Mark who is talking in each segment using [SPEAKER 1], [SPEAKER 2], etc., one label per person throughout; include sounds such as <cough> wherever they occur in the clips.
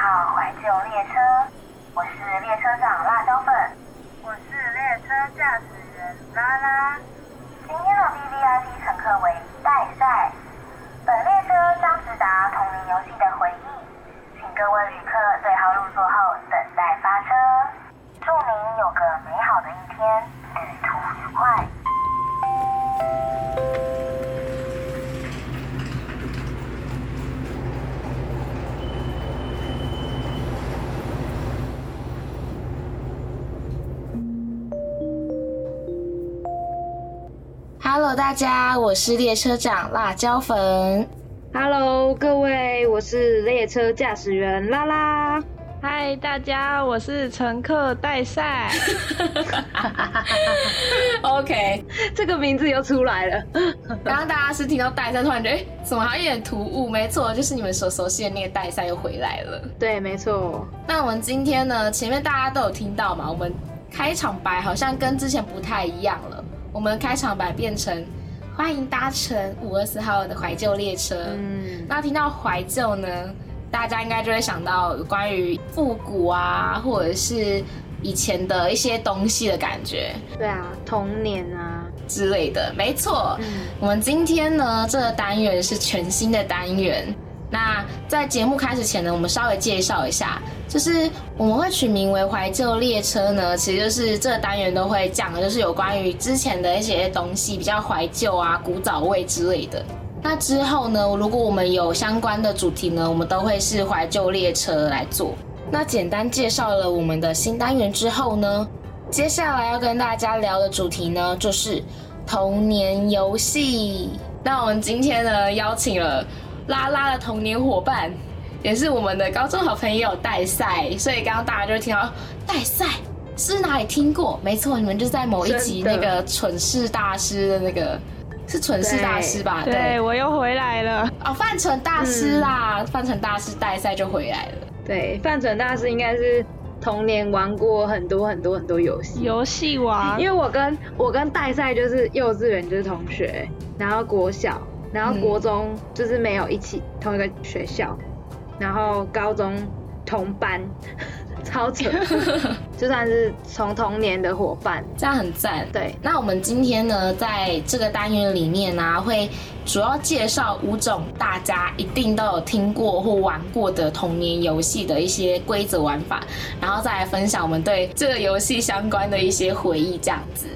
[SPEAKER 1] 九列车，我是列车长辣椒粉，
[SPEAKER 2] 我是列车驾驶员拉拉，
[SPEAKER 1] 今天的 B B I P 乘客为戴赛。本列车将直达童年游戏的回忆，请各位旅客对号入座后等待发车。祝您有个美好的一天，旅途愉快。
[SPEAKER 3] Hello，大家，我是列车长辣椒粉。
[SPEAKER 4] Hello，各位，我是列车驾驶员拉拉。
[SPEAKER 5] 嗨，大家，我是乘客戴赛。
[SPEAKER 3] OK，
[SPEAKER 4] <laughs> 这个名字又出来了。
[SPEAKER 3] 刚刚大家是听到代赛，突然觉得哎、诶怎么好像有点突兀？没错，就是你们所熟悉的那个代赛又回来了。
[SPEAKER 4] <laughs> 对，没错，
[SPEAKER 3] 那我们今天呢，前面大家都有听到嘛，我们开场白好像跟之前不太一样了。我们开场白变成欢迎搭乘五二四号的怀旧列车。
[SPEAKER 4] 嗯，
[SPEAKER 3] 那听到怀旧呢，大家应该就会想到有关于复古啊，或者是以前的一些东西的感觉
[SPEAKER 4] 对啊，童年啊，
[SPEAKER 3] 之类的。没错，
[SPEAKER 4] 嗯，
[SPEAKER 3] 我们今天呢，这个单元是全新的单元。那在节目开始前呢，我们稍微介绍一下，就是我们会取名为“怀旧列车”呢，其实就是这个单元都会讲的，就是有关于之前的一些东西，比较怀旧啊、古早味之类的。那之后呢，如果我们有相关的主题呢，我们都会是怀旧列车来做。那简单介绍了我们的新单元之后呢，接下来要跟大家聊的主题呢，就是童年游戏。那我们今天呢，邀请了拉拉的童年伙伴，也是我们的高中好朋友戴赛，所以刚刚大家就会听到戴赛是哪里听过？没错，你们就是在某一集那
[SPEAKER 4] 真的
[SPEAKER 3] 个蠢事大师的那个，是蠢事大师吧？
[SPEAKER 5] 对，我又回来了。
[SPEAKER 3] 哦，范成大师啦，范成大师戴赛就回来了。
[SPEAKER 4] 对，范准大师应该是童年玩过很多很多很多游戏。
[SPEAKER 5] 游戏
[SPEAKER 4] <laughs>
[SPEAKER 5] 王
[SPEAKER 4] 因，为我跟我跟戴赛就是幼稚园就是同学，然后国小，然后国中就是没有一起同一个学校，然后高中同班， <laughs> 超 <laughs> 扯，就算是从童年的伙伴，
[SPEAKER 3] 这样很赞。
[SPEAKER 4] 对，
[SPEAKER 3] 那我们今天呢，在这个单元里面呢、会主要介绍五种大家一定都有听过或玩过的童年游戏的一些规则玩法，然后再来分享我们对这个游戏相关的一些回忆，这样子。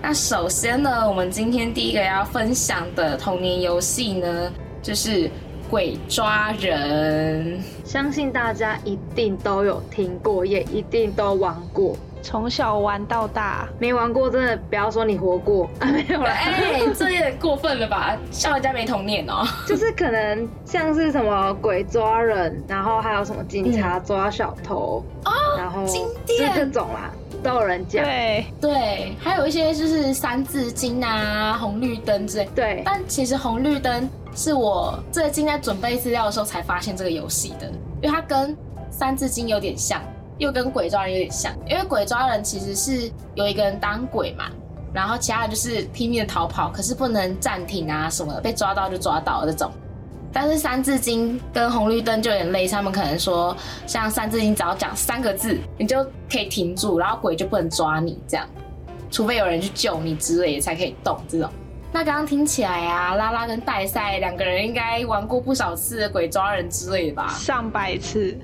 [SPEAKER 3] 那首先呢，我们今天第一个要分享的童年游戏呢，就是鬼抓人。
[SPEAKER 4] 相信大家一定都有听过，也一定都玩过，
[SPEAKER 5] 从小玩到大，
[SPEAKER 4] 没玩过真的不要说你活过， <laughs> 啊、没有
[SPEAKER 3] <laughs>
[SPEAKER 4] 啦。
[SPEAKER 3] 哎、这有点过分了吧？笑人家没童年哦。
[SPEAKER 4] 就是可能像是什么鬼抓人，然后还有什么警察抓小偷，然后
[SPEAKER 3] 哦经
[SPEAKER 4] 就
[SPEAKER 3] 典
[SPEAKER 4] 这种啦，都有人讲。
[SPEAKER 5] 对，
[SPEAKER 3] 对，还有一些就是三字经啊、红绿灯之类。
[SPEAKER 4] 对，
[SPEAKER 3] 但其实红绿灯是我最近在准备资料的时候才发现这个游戏的，因为它跟三字经有点像，又跟鬼抓人有点像。因为鬼抓人其实是有一个人当鬼嘛，然后其他人就是拼命的逃跑，可是不能暂停啊什么的，被抓到就抓到这种。但是三字经跟红绿灯就有点类似，他们可能说像三字经只要讲三个字，你就可以停住，然后鬼就不能抓你这样，除非有人去救你之类的才可以动这种。那刚刚听起来啊，拉拉跟戴赛两个人应该玩过不少次的鬼抓人之类的吧？
[SPEAKER 5] 上百次，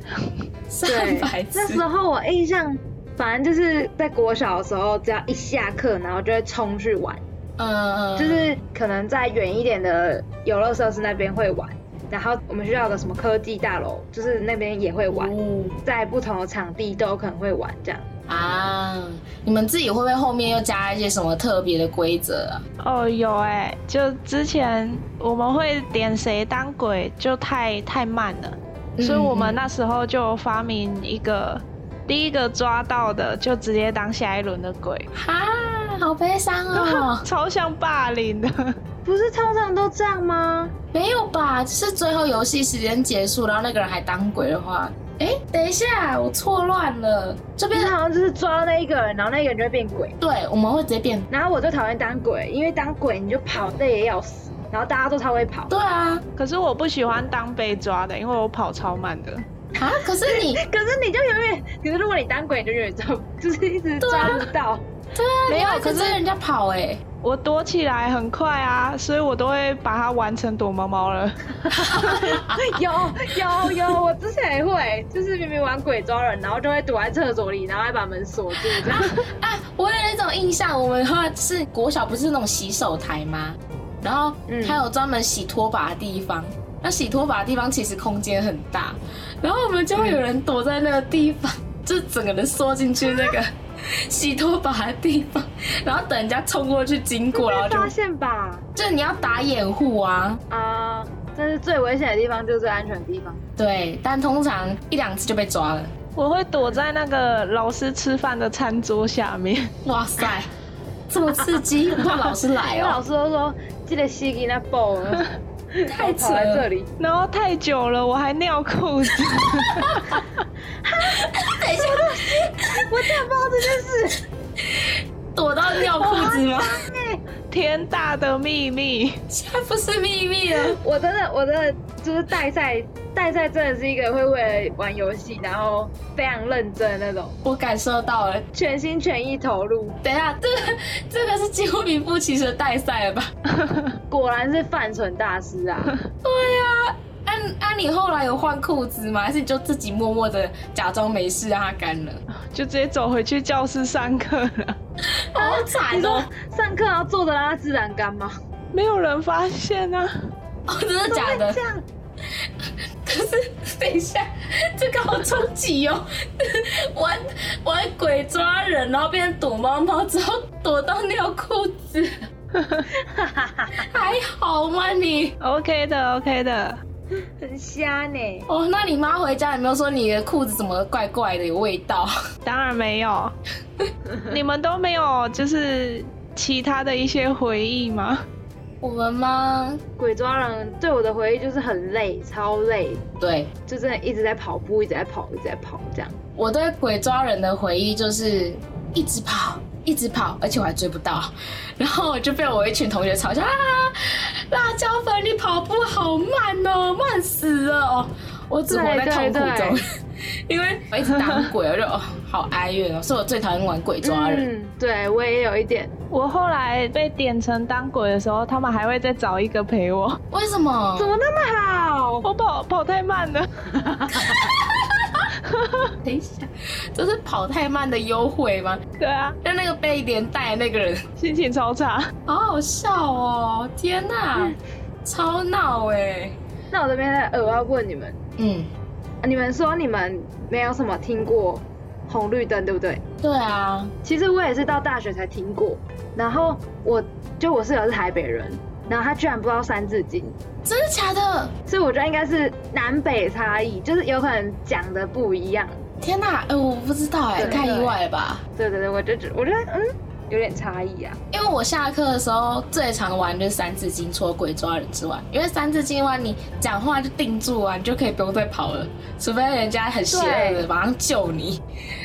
[SPEAKER 3] 上
[SPEAKER 4] 对
[SPEAKER 3] 百，次
[SPEAKER 4] 那时候我印象，反正就是在国小的时候，只要一下课，然后就会冲去玩，
[SPEAKER 3] 嗯，
[SPEAKER 4] 就是可能在远一点的游乐设施那边会玩，然后我们学校有个什么科技大楼，就是那边也会玩，
[SPEAKER 3] 哦
[SPEAKER 4] 在不同的场地都有可能会玩这样。
[SPEAKER 3] 啊，你们自己会不会后面又加一些什么特别的规则啊？
[SPEAKER 5] 哦，有哎、就之前我们会点谁当鬼，就太太慢了，所以我们那时候就发明一个，第一个抓到的就直接当下一轮的鬼，！
[SPEAKER 3] 哈，好悲伤哦
[SPEAKER 5] 超像霸凌的。 <laughs>
[SPEAKER 4] 不是通常都这样吗？
[SPEAKER 3] 没有吧？就是最后游戏时间结束，然后那个人还当鬼的话，哎、等一下，我错乱了，这
[SPEAKER 4] 就
[SPEAKER 3] 边
[SPEAKER 4] 是
[SPEAKER 5] 嗯
[SPEAKER 4] 好像就是抓到那一个人，然后那个人就会变鬼。
[SPEAKER 3] 对，我们会直接变
[SPEAKER 4] 然后我最讨厌当鬼，因为当鬼你就跑的也要死，然后大家都超会跑。
[SPEAKER 3] 对啊，
[SPEAKER 5] 可是我不喜欢当被抓的，因为我跑超慢的。
[SPEAKER 3] 啊！可是你
[SPEAKER 4] 可是你就永远，可是如果你当鬼，你就永远抓不，就是一直
[SPEAKER 3] 对
[SPEAKER 4] 抓
[SPEAKER 3] 啊
[SPEAKER 4] 不到。
[SPEAKER 3] 对啊，
[SPEAKER 5] 没
[SPEAKER 3] 你
[SPEAKER 5] 有
[SPEAKER 3] 要一直
[SPEAKER 5] 可是
[SPEAKER 3] 追人家跑哎、
[SPEAKER 5] 我躲起来很快啊，所以我都会把它玩成躲猫猫了。
[SPEAKER 4] 有有有，我之前也会，就是明明玩鬼抓人，然后就会躲在厕所里，然后还把门锁住这样。
[SPEAKER 3] 啊，我有那种印象，我们话是国小不是那种洗手台吗？然后
[SPEAKER 4] 嗯
[SPEAKER 3] 它有专门洗拖把的地方，那洗拖把的地方其实空间很大，然后我们就会有人躲在那个地方， <laughs> 就整个人缩进去那个
[SPEAKER 4] <laughs>
[SPEAKER 3] 洗拖把的地方，然后等人家冲过去经过，然后
[SPEAKER 4] 会
[SPEAKER 3] 就
[SPEAKER 4] <laughs> 发现吧？
[SPEAKER 3] 就你要打掩护啊，
[SPEAKER 4] 啊、但是最危险的地方就是最安全的地方。
[SPEAKER 3] 对，但通常一两次就被抓了。
[SPEAKER 5] 我会躲在那个老师吃饭的餐桌下面。 <laughs>
[SPEAKER 3] 哇塞， <laughs> 这么刺激，不怕老师来
[SPEAKER 4] 因 <laughs> 为老
[SPEAKER 3] 哦，
[SPEAKER 4] 师都说，记得吸给那爆，
[SPEAKER 3] 太扯
[SPEAKER 4] 跑来这
[SPEAKER 3] 了， <laughs>
[SPEAKER 4] 里。
[SPEAKER 5] 然后太久了，我还尿裤子。 <laughs>
[SPEAKER 4] 我真的不知道这件事。
[SPEAKER 3] 躲到尿裤子吗？
[SPEAKER 5] 天大的秘密， <laughs>
[SPEAKER 3] 现在不是秘密了。
[SPEAKER 4] 我真的，我真的就是代赛，代赛真的是一个会为了玩游戏，然后非常认真的那种，
[SPEAKER 3] 我感受到了。
[SPEAKER 4] 全心全意投入。
[SPEAKER 3] 等一下，这个这个是几乎名副其实的代赛了吧？
[SPEAKER 4] 果然是范纯大师
[SPEAKER 3] <laughs>
[SPEAKER 4] 啊！
[SPEAKER 3] 对呀、啊，啊啊，你后来有换裤子吗？还是你就自己默默的假装没事让它干了？
[SPEAKER 5] 就直接走回去教室上课了，
[SPEAKER 3] <laughs> 好
[SPEAKER 4] 你
[SPEAKER 3] 惨
[SPEAKER 4] 说
[SPEAKER 3] 哦！
[SPEAKER 4] 上课要坐着让它自然
[SPEAKER 3] <laughs>
[SPEAKER 4] 干吗？
[SPEAKER 5] 没有人发现啊。
[SPEAKER 3] 哦，真 <laughs> 的
[SPEAKER 4] 怎么
[SPEAKER 3] 假
[SPEAKER 4] 会
[SPEAKER 3] 的
[SPEAKER 4] 哎这？样？
[SPEAKER 3] 可是等一下，这个好冲击哦！ <laughs> 玩玩鬼抓人，然后变成躲猫猫，之后躲到尿裤 <laughs> 子，还好吗你？
[SPEAKER 5] OK 的，OK 的，
[SPEAKER 4] 很瞎呢。
[SPEAKER 3] 哦，那你妈回家有没有说你的裤子怎么怪怪的，有味道？
[SPEAKER 5] 当然没 <laughs> 有。你们都没有就是其他的一些回忆吗？
[SPEAKER 3] <laughs> 我们吗？
[SPEAKER 4] 鬼抓人对我的回忆就是很累，超累，
[SPEAKER 3] 对，
[SPEAKER 4] 就真的一直在跑步，一直在跑，一直在跑这样。
[SPEAKER 3] 我对鬼抓人的回忆就是一直跑，一直跑，而且我还追不到， <laughs> 然后我就被我一群同学嘲笑啊，辣椒粉你跑步好慢哦，慢死了哦，我只活在痛苦
[SPEAKER 4] 对对
[SPEAKER 3] 中， <laughs> 因为我一直打鬼，我就哦好哀怨哦，所以我最讨厌玩鬼抓人。
[SPEAKER 4] 嗯、对我也有一点，
[SPEAKER 5] 我后来被点成当鬼的时候，他们还会再找一个陪我。
[SPEAKER 3] 为什么
[SPEAKER 4] 怎？么那么好？
[SPEAKER 5] 我跑跑太慢了，
[SPEAKER 3] <laughs> 等一下，这是跑太慢的优惠吗？
[SPEAKER 5] 对啊，
[SPEAKER 3] 就那个被连带的那个人，
[SPEAKER 5] 心情超差。
[SPEAKER 3] 好好笑哦！天哪，
[SPEAKER 4] 嗯
[SPEAKER 3] 超闹哎、
[SPEAKER 4] 那我这边再额外问你们，
[SPEAKER 3] 嗯，
[SPEAKER 4] 啊你们说你们没有什么听过红绿灯，对不对？
[SPEAKER 3] 对啊，
[SPEAKER 4] 其实我也是到大学才听过，然后我就我室友是台北人，然后他居然不知道三字经，
[SPEAKER 3] 真的假的？
[SPEAKER 4] 所以我觉得应该是南北差异，就是有可能讲的不一样。
[SPEAKER 3] 天哪，哎、我不知道哎、
[SPEAKER 4] 对
[SPEAKER 3] 太意外了吧？
[SPEAKER 4] 对对对，我就觉我觉得嗯有点差异啊。
[SPEAKER 3] 因为我下课的时候最常玩就是三字经，除了鬼抓人之外，因为三字经的话，你讲话就定住啊，你就可以不用再跑了，除非人家很邪恶的
[SPEAKER 4] 对
[SPEAKER 3] 马上救你。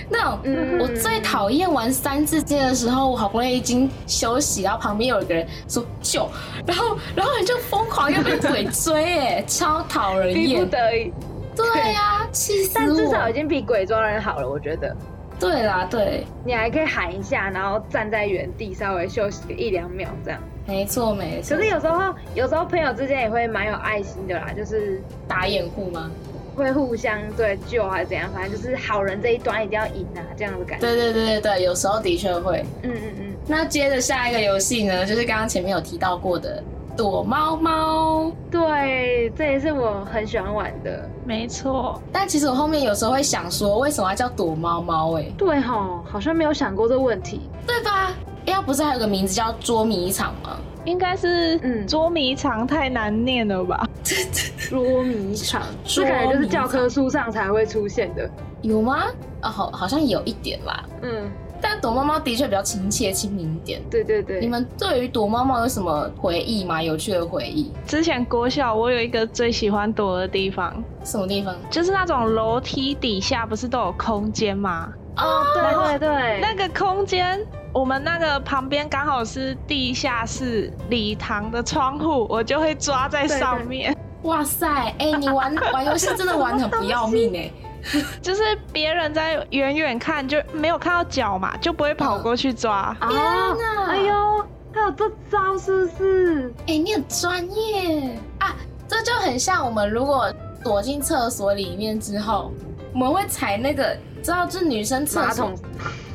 [SPEAKER 3] 那种、
[SPEAKER 4] 嗯
[SPEAKER 3] 我最讨厌玩三字经的时候，我好不容易已经休息，然后旁边有一个人说救，然后然后你就疯狂又被鬼追、哎，超讨人
[SPEAKER 4] 逼不 <laughs>
[SPEAKER 3] 厌。
[SPEAKER 4] 得已，
[SPEAKER 3] 对呀、气死
[SPEAKER 4] 但
[SPEAKER 3] 我！
[SPEAKER 4] 至少已经比鬼抓人好了，我觉得。
[SPEAKER 3] 对啦，对，
[SPEAKER 4] 你还可以喊一下，然后站在原地稍微休息个一两秒这样。
[SPEAKER 3] 没错没错。
[SPEAKER 4] 可是有时候，有时候朋友之间也会蛮有爱心的啦，就是
[SPEAKER 3] 打掩护吗？
[SPEAKER 4] 会互相对救还是怎样，反正就是好人这一端一定要赢啊，这样的感觉。
[SPEAKER 3] 对对对对对，有时候的确会。
[SPEAKER 4] 嗯嗯嗯，
[SPEAKER 3] 那接着下一个游戏呢，就是刚刚前面有提到过的躲猫猫。
[SPEAKER 4] 对，这也是我很喜欢玩的。
[SPEAKER 5] 没错，
[SPEAKER 3] 但其实我后面有时候会想说，为什么要叫躲猫猫、欸？
[SPEAKER 4] 对吼，好像没有想过这问题。
[SPEAKER 3] 对吧？要不是还有个名字叫捉迷藏吗？
[SPEAKER 5] 应该是
[SPEAKER 4] 嗯
[SPEAKER 5] 捉迷藏太难念了吧？
[SPEAKER 4] 捉迷藏，这感觉就是教科书上才会出现的。
[SPEAKER 3] 有吗？哦，好，好像有一点啦。
[SPEAKER 4] 嗯，
[SPEAKER 3] 但躲猫猫的确比较亲切、亲民一点。
[SPEAKER 4] 对对对。
[SPEAKER 3] 你们对于躲猫猫有什么回忆吗？有趣的回忆？
[SPEAKER 5] 之前国小我有一个最喜欢躲的地方，
[SPEAKER 3] 什么地方？
[SPEAKER 5] 就是那种楼梯底下不是都有空间吗？
[SPEAKER 3] 哦，
[SPEAKER 4] 对对对，
[SPEAKER 5] 那个空间，我们那个旁边刚好是地下室礼堂的窗户，我就会抓在上面。
[SPEAKER 3] 哇塞，哎、你玩玩游戏真的玩得很不要命哎、
[SPEAKER 5] 就是别人在远远看就没有看到脚嘛，就不会跑过去抓。
[SPEAKER 4] 哦
[SPEAKER 3] 哪，
[SPEAKER 4] 哎呦，还有这招是不是？
[SPEAKER 3] 哎、你很专业啊！这就很像我们如果躲进厕所里面之后，我们会踩那个，知道就是女生厕
[SPEAKER 4] 马
[SPEAKER 3] 所
[SPEAKER 4] 桶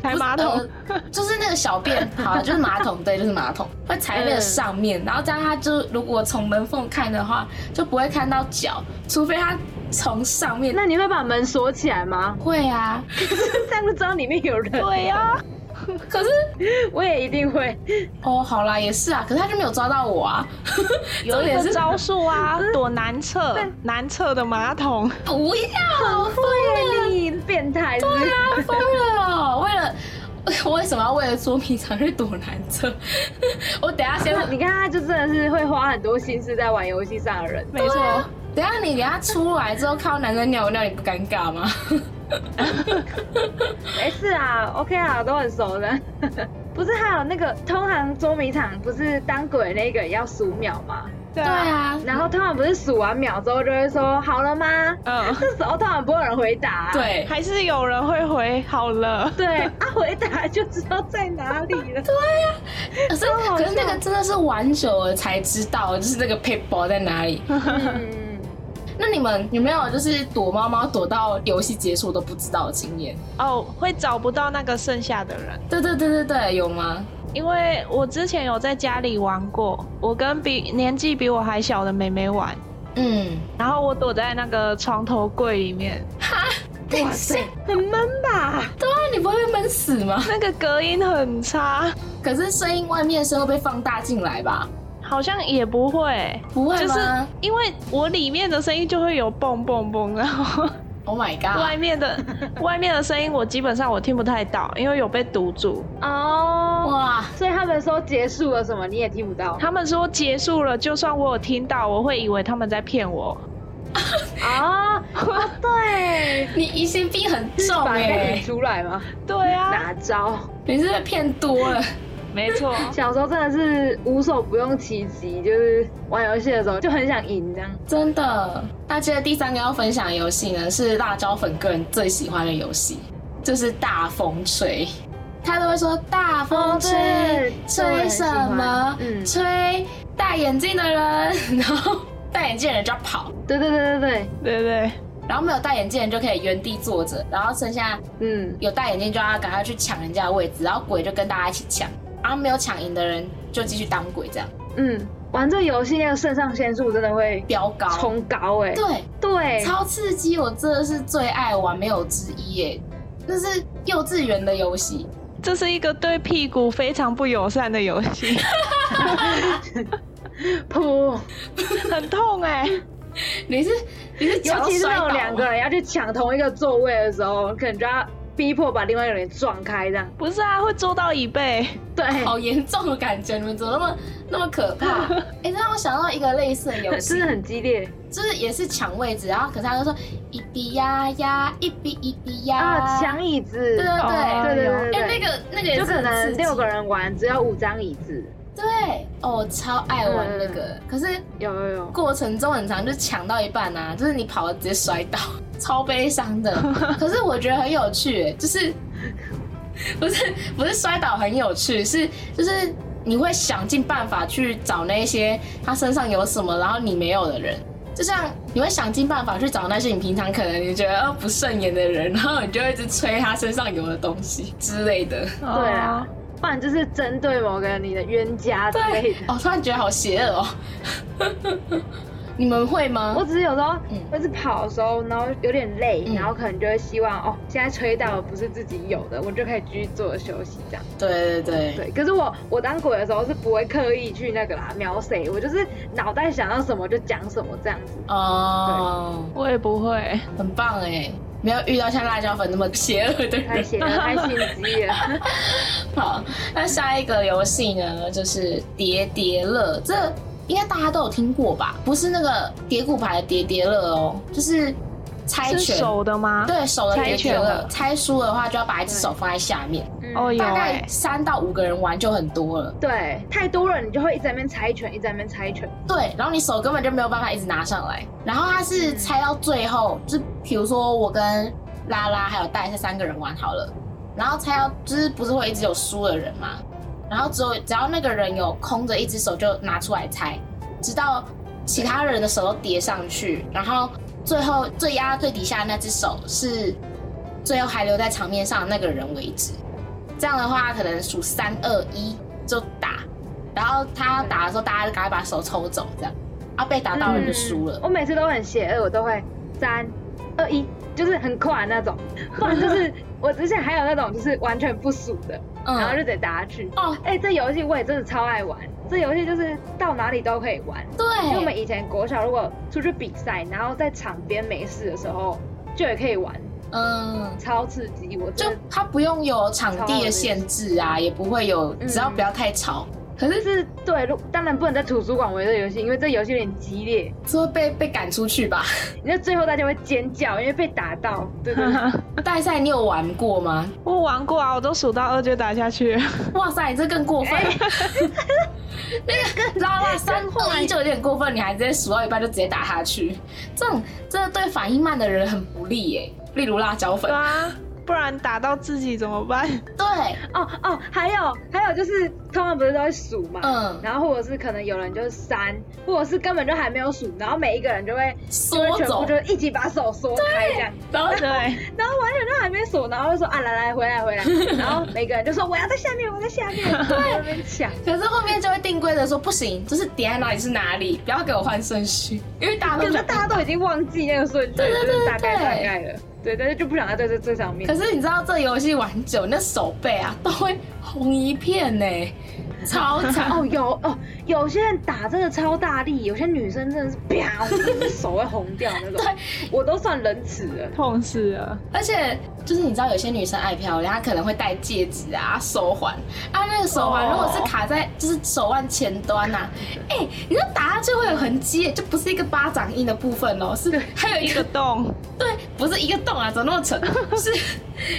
[SPEAKER 5] 抬马桶，
[SPEAKER 3] 呃就是那个小便，好，就是马桶，对，就是马桶，会踩
[SPEAKER 5] 嗯
[SPEAKER 3] 在那个上面，然后这样它就如果从门缝看的话，就不会看到脚，除非它从上面。
[SPEAKER 4] 那你会把门锁起
[SPEAKER 3] <laughs>
[SPEAKER 4] 来吗？
[SPEAKER 3] 会啊，
[SPEAKER 4] 这样就知道里面有人。
[SPEAKER 5] 对呀、
[SPEAKER 3] 可是
[SPEAKER 4] <laughs> 我也一定会。
[SPEAKER 3] 哦，好啦，也是啊，可是他就没有抓到我啊。 <laughs>
[SPEAKER 5] 有
[SPEAKER 3] 重
[SPEAKER 5] 一
[SPEAKER 3] 点
[SPEAKER 5] 个
[SPEAKER 3] 是
[SPEAKER 5] 招数啊，躲男厕，男厕的马桶。
[SPEAKER 3] 不要，疯了，
[SPEAKER 4] 你变态是不
[SPEAKER 3] 对
[SPEAKER 4] 是？
[SPEAKER 3] 啊，疯了哦！为了我为什么要为了捉迷藏去躲男厕？ <laughs> 我等一下先，
[SPEAKER 4] 你看他就真的是会花很多心思在玩游戏上的人。
[SPEAKER 5] <laughs> 没错，
[SPEAKER 3] 等一下你等一下出来之后看到男生尿尿，你不尴尬吗？ <laughs>
[SPEAKER 4] 没事啊，OK 啊，都很熟的。 <laughs> 不是还有那个通常捉迷藏不是当鬼那个也要数秒吗？
[SPEAKER 5] 对
[SPEAKER 3] 对，啊，
[SPEAKER 4] 然后通常不是数完秒之后就会说好了吗？
[SPEAKER 5] 嗯，
[SPEAKER 4] 这时候通常不会有人回答、啊
[SPEAKER 3] 对，
[SPEAKER 5] 还是有人会回好了。 <laughs>
[SPEAKER 4] 对啊，回答就知道在哪里了。
[SPEAKER 3] 啊可是可是那个真的是玩久了才知道，就是那个 paper 在哪里。
[SPEAKER 4] 嗯，
[SPEAKER 3] 那你们有没有就是躲猫猫躲到游戏结束都不知道的经验？
[SPEAKER 5] 哦，会找不到那个剩下的人，
[SPEAKER 3] 对对对对对，有吗？
[SPEAKER 5] 因为我之前有在家里玩过，我跟比年纪比我还小的妹妹玩，
[SPEAKER 3] 嗯，
[SPEAKER 5] 然后我躲在那个床头柜里面，
[SPEAKER 3] 哇塞，
[SPEAKER 4] 很闷吧？
[SPEAKER 3] 对啊，你不会被闷死吗？
[SPEAKER 5] 那个隔音很差， <laughs>
[SPEAKER 3] 可是声音外面的声会被放大进来吧？
[SPEAKER 5] 好像也不会，
[SPEAKER 3] 不会
[SPEAKER 5] 就是
[SPEAKER 3] 吗、
[SPEAKER 5] 因为我里面的声音就会有蹦蹦蹦，然后
[SPEAKER 3] o h？Oh my
[SPEAKER 5] 外
[SPEAKER 3] god！
[SPEAKER 5] 面的、外面的声音我基本上我听不太到，因为有被堵住。
[SPEAKER 4] 哦、
[SPEAKER 3] 哇，
[SPEAKER 4] 所以他们说结束了什么你也听不到。
[SPEAKER 5] 他们说结束了，就算我有听到，我会以为他们在骗我。
[SPEAKER 4] 哦，哦对，
[SPEAKER 3] 你疑心病很
[SPEAKER 4] 是
[SPEAKER 3] 重
[SPEAKER 4] 把
[SPEAKER 3] 哎、
[SPEAKER 4] 你出来吗？
[SPEAKER 5] 对啊，
[SPEAKER 4] 哪招？
[SPEAKER 3] 你是不是骗多了？
[SPEAKER 5] 没错。
[SPEAKER 4] 小时候真的是无所不用其极，就是玩游戏的时候就很想赢这样。
[SPEAKER 3] 真的。那接着第三个要分享的游戏呢，是辣椒粉个人最喜欢的游戏，就是大风吹。他都会说大风吹，
[SPEAKER 4] 哦对这我
[SPEAKER 3] 吹
[SPEAKER 4] 很喜
[SPEAKER 3] 什
[SPEAKER 4] 欢
[SPEAKER 3] 么？
[SPEAKER 4] 嗯
[SPEAKER 3] 吹戴眼镜的人， <laughs> 然后戴眼镜的人就要跑，
[SPEAKER 4] 对对对对
[SPEAKER 5] 对对，
[SPEAKER 3] 然后没有戴眼镜的人就可以原地坐着，然后剩下
[SPEAKER 4] 对，嗯，
[SPEAKER 3] 有戴眼镜就要赶快去抢人家的位置，然后鬼就跟大家一起抢，然后没有抢赢的人就继续当鬼，这样
[SPEAKER 4] 嗯，玩这游戏那个肾上腺素真的会
[SPEAKER 3] 飙高。
[SPEAKER 4] 冲高哎、
[SPEAKER 3] 对，
[SPEAKER 4] 对，
[SPEAKER 3] 超刺激，我真的是最爱玩，没有之一耶。那是幼稚园的游戏，
[SPEAKER 5] 这是一个对屁股非常不友善的游 <laughs> 戏，
[SPEAKER 4] 噗，
[SPEAKER 5] 很痛哎、
[SPEAKER 3] 你是你是
[SPEAKER 4] 尤
[SPEAKER 3] 脚
[SPEAKER 4] 其是
[SPEAKER 3] 摔
[SPEAKER 4] 那
[SPEAKER 3] 倒
[SPEAKER 4] 种
[SPEAKER 3] 吗
[SPEAKER 4] 两个人要去抢同一个座位的时候，可能就要逼迫把另外一个人撞开这样。
[SPEAKER 5] 不是啊，会坐到椅背。
[SPEAKER 4] 对，
[SPEAKER 3] 好严重的感觉，你们怎么那么那么可
[SPEAKER 4] <laughs>
[SPEAKER 3] 怕？哎、这让我想到一个类似的游戏
[SPEAKER 4] 真的，很激烈
[SPEAKER 3] 就是也是抢位置，然后可是他就说一比呀呀，一比一比呀，
[SPEAKER 4] 啊，抢椅子，
[SPEAKER 3] 对对对，
[SPEAKER 5] 哦
[SPEAKER 3] 哎、
[SPEAKER 4] 对对对对
[SPEAKER 3] 那个那个也是
[SPEAKER 4] 就可
[SPEAKER 3] 很刺
[SPEAKER 4] 能
[SPEAKER 3] 激
[SPEAKER 4] 六个人玩只有五张椅子，
[SPEAKER 3] 对，哦，我超爱玩那
[SPEAKER 4] 嗯
[SPEAKER 3] 个，可是
[SPEAKER 4] 有有有，
[SPEAKER 3] 过程中很长，就抢到一半啊，就是你跑了直接摔倒，超悲伤
[SPEAKER 4] <laughs>
[SPEAKER 3] 的。可是我觉得很有趣，欸就是不是不是摔倒很有趣，是就是你会想尽办法去找那些他身上有什么，然后你没有的人。就像你会想尽办法去找那些你平常可能你觉得呃不顺眼的人，然后你就会一直吹他身上有的东西之类的。
[SPEAKER 5] 对
[SPEAKER 4] 啊，不然就是针对某个你的冤家之类
[SPEAKER 3] 对
[SPEAKER 4] 的，。
[SPEAKER 3] 哦，突然觉得好邪恶哦。你们会吗？
[SPEAKER 4] 我只是有时候
[SPEAKER 3] 嗯
[SPEAKER 4] 会是跑的时候，然后有点累，
[SPEAKER 3] 嗯
[SPEAKER 4] 然后可能就会希望哦，现在吹到的不是自己有的，我就可以继续坐着休息这样。
[SPEAKER 3] 对对对，
[SPEAKER 4] 对，可是我我当鬼的时候是不会刻意去那个啦，瞄谁，我就是脑袋想到什么就讲什么这样子。
[SPEAKER 3] 哦，
[SPEAKER 5] 我也不会。
[SPEAKER 3] 很棒哎，没有遇到像辣椒粉那么邪恶的
[SPEAKER 4] 太
[SPEAKER 3] 人。
[SPEAKER 4] 邪了，太心
[SPEAKER 3] <laughs>
[SPEAKER 4] 机了。
[SPEAKER 3] 好，那下一个游戏呢，就是叠叠乐，这应该大家都有听过吧？不是那个叠骨牌的叠叠乐哦，就是猜
[SPEAKER 5] 是
[SPEAKER 3] 拳，
[SPEAKER 5] 手的吗？
[SPEAKER 3] 对手的叠叠
[SPEAKER 5] 猜拳
[SPEAKER 3] 乐，
[SPEAKER 5] 的
[SPEAKER 3] 猜输的话就要把一只手放在下面，
[SPEAKER 4] 嗯
[SPEAKER 5] 哦有
[SPEAKER 3] 大
[SPEAKER 5] 哎
[SPEAKER 3] 概、三到五个人玩就很多了。
[SPEAKER 4] 对，太多了，你就会一直在那边猜拳，一直在那边猜拳。
[SPEAKER 3] 对，然后你手根本就没有办法一直拿上来。然后他是猜到最后，就比如说我跟拉拉还有戴这三个人玩好了，然后猜到就是不是会一直有输的人嘛，然后只有只要那个人有空着一只手就拿出来猜，直到其他人的手都叠上去，然后最后最压最底下的那只手是最后还留在场面上的那个人为止。这样的话，可能数三二一就打，然后他打的时候，大家就赶快把手抽走，这样，啊被打到人就输了
[SPEAKER 4] 嗯。我每次都很邪恶，我都会三二一，就是很快那种，不然就是 <laughs> 我之前还有那种就是完全不数的，
[SPEAKER 3] 嗯，
[SPEAKER 4] 然后就得打下去。
[SPEAKER 3] 哦，
[SPEAKER 4] 哎、这游戏我也真的超爱玩，这游戏就是到哪里都可以玩。因为我们
[SPEAKER 3] 对，
[SPEAKER 4] 以前国小如果出去比赛，然后在场边没事的时候，就也可以玩，
[SPEAKER 3] 嗯，
[SPEAKER 4] 超刺激！我
[SPEAKER 3] 就
[SPEAKER 4] 真
[SPEAKER 3] 他不用有场地的限制啊，也不会有，只要不要太吵，可
[SPEAKER 4] 的
[SPEAKER 3] 是
[SPEAKER 4] 是对，如当然不能在图书馆玩这个游戏，因为这游戏有点激烈，
[SPEAKER 3] 就会被被赶出去吧。
[SPEAKER 4] 你在最后大家会尖叫，因为被打到。对对对。
[SPEAKER 3] 嗯大赛你有玩过吗？
[SPEAKER 5] <laughs> 我玩过啊，我都数到二就打下去。
[SPEAKER 3] 哇塞，你这更过
[SPEAKER 4] 哎
[SPEAKER 3] 分。 <laughs> 那个拉拉三二一就有点过分，你还直接数到一半就直接打下去，这种真的对反应慢的人很不利耶、例如辣椒粉
[SPEAKER 5] 对，啊， <laughs> 不然打到自己怎么办？
[SPEAKER 3] 对，
[SPEAKER 4] 哦哦，还有还有就是，通常不是都会数嘛，
[SPEAKER 3] 嗯，
[SPEAKER 4] 然后或者是可能有人就是三，或者是根本就还没有数，然后每一个人就会就会
[SPEAKER 3] 缩
[SPEAKER 4] 全部
[SPEAKER 3] 走
[SPEAKER 4] 就，一起把手缩开这样，
[SPEAKER 3] 然后
[SPEAKER 5] 对，
[SPEAKER 4] 然后完全都还没数，然后就说啊来来回来回来，然后每个人就说我要在下面，我在下 <laughs> 面，然后在那边抢，
[SPEAKER 3] 可是后面就会定规则说不行，就是点在哪里是哪里，不要给我换顺序，因为大家
[SPEAKER 4] 可
[SPEAKER 3] 都
[SPEAKER 4] 是大家都已经忘记那个顺序，就是大概大概了，对，但是就不想再在这这上面
[SPEAKER 3] 可。是你知道这游戏玩久，那手背啊都会红一片呢、超惨。
[SPEAKER 4] 哦，有哦，有些人打真的超大力，有些女生真的是啪，就是手会红掉那种。我都算仁慈了。
[SPEAKER 5] 痛死了。
[SPEAKER 3] 而且就是你知道有些女生爱漂亮，她可能会戴戒指啊、手环啊，那个手环
[SPEAKER 5] 哦
[SPEAKER 3] 如果是卡在就是手腕前端呐、啊，哎、你就打下去会有痕迹，就不是一个巴掌印的部分哦，是还有一
[SPEAKER 5] 一
[SPEAKER 3] 个
[SPEAKER 5] 个洞，
[SPEAKER 3] 对，不是一个洞啊，怎么那么
[SPEAKER 5] <laughs>
[SPEAKER 3] 沉？是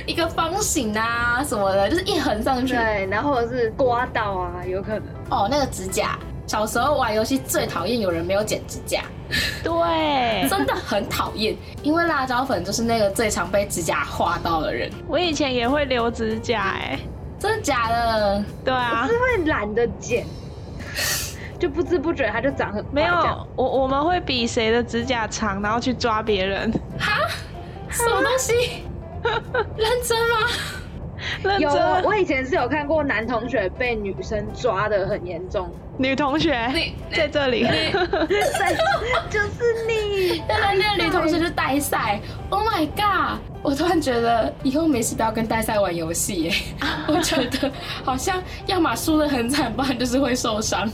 [SPEAKER 3] 一个方形啊什么的，就是一横上去。
[SPEAKER 4] 对，然后或者是刮到啊，有可能。
[SPEAKER 3] 哦，那个指甲，小时候玩游戏最讨厌有人没有剪指甲，
[SPEAKER 5] 对
[SPEAKER 3] 真的很讨厌。因为辣椒粉就是那个最常被指甲划到的人，
[SPEAKER 5] 我以前也会留指甲哎、
[SPEAKER 3] 真的假的？
[SPEAKER 5] 对啊 <laughs>
[SPEAKER 4] 是，会懒得剪，就不知不觉它就长很快
[SPEAKER 5] 没
[SPEAKER 4] 这样
[SPEAKER 5] 有，我我们会比谁的指甲长，然后去抓别人，
[SPEAKER 3] 什么东西？ <laughs> 认真吗？
[SPEAKER 5] 认
[SPEAKER 4] 有啊，
[SPEAKER 5] 真
[SPEAKER 4] 我以前是有看过男同学被女生抓的很严重， <laughs>
[SPEAKER 5] 女同学
[SPEAKER 3] 你
[SPEAKER 5] 在这里，
[SPEAKER 4] 在就是你，
[SPEAKER 3] 原来那个女同学就代赛，Oh my god！我突然觉得以后没事不要跟代赛玩游戏 <laughs> 耶，我觉得好像要么输的很惨，不然就是会受伤。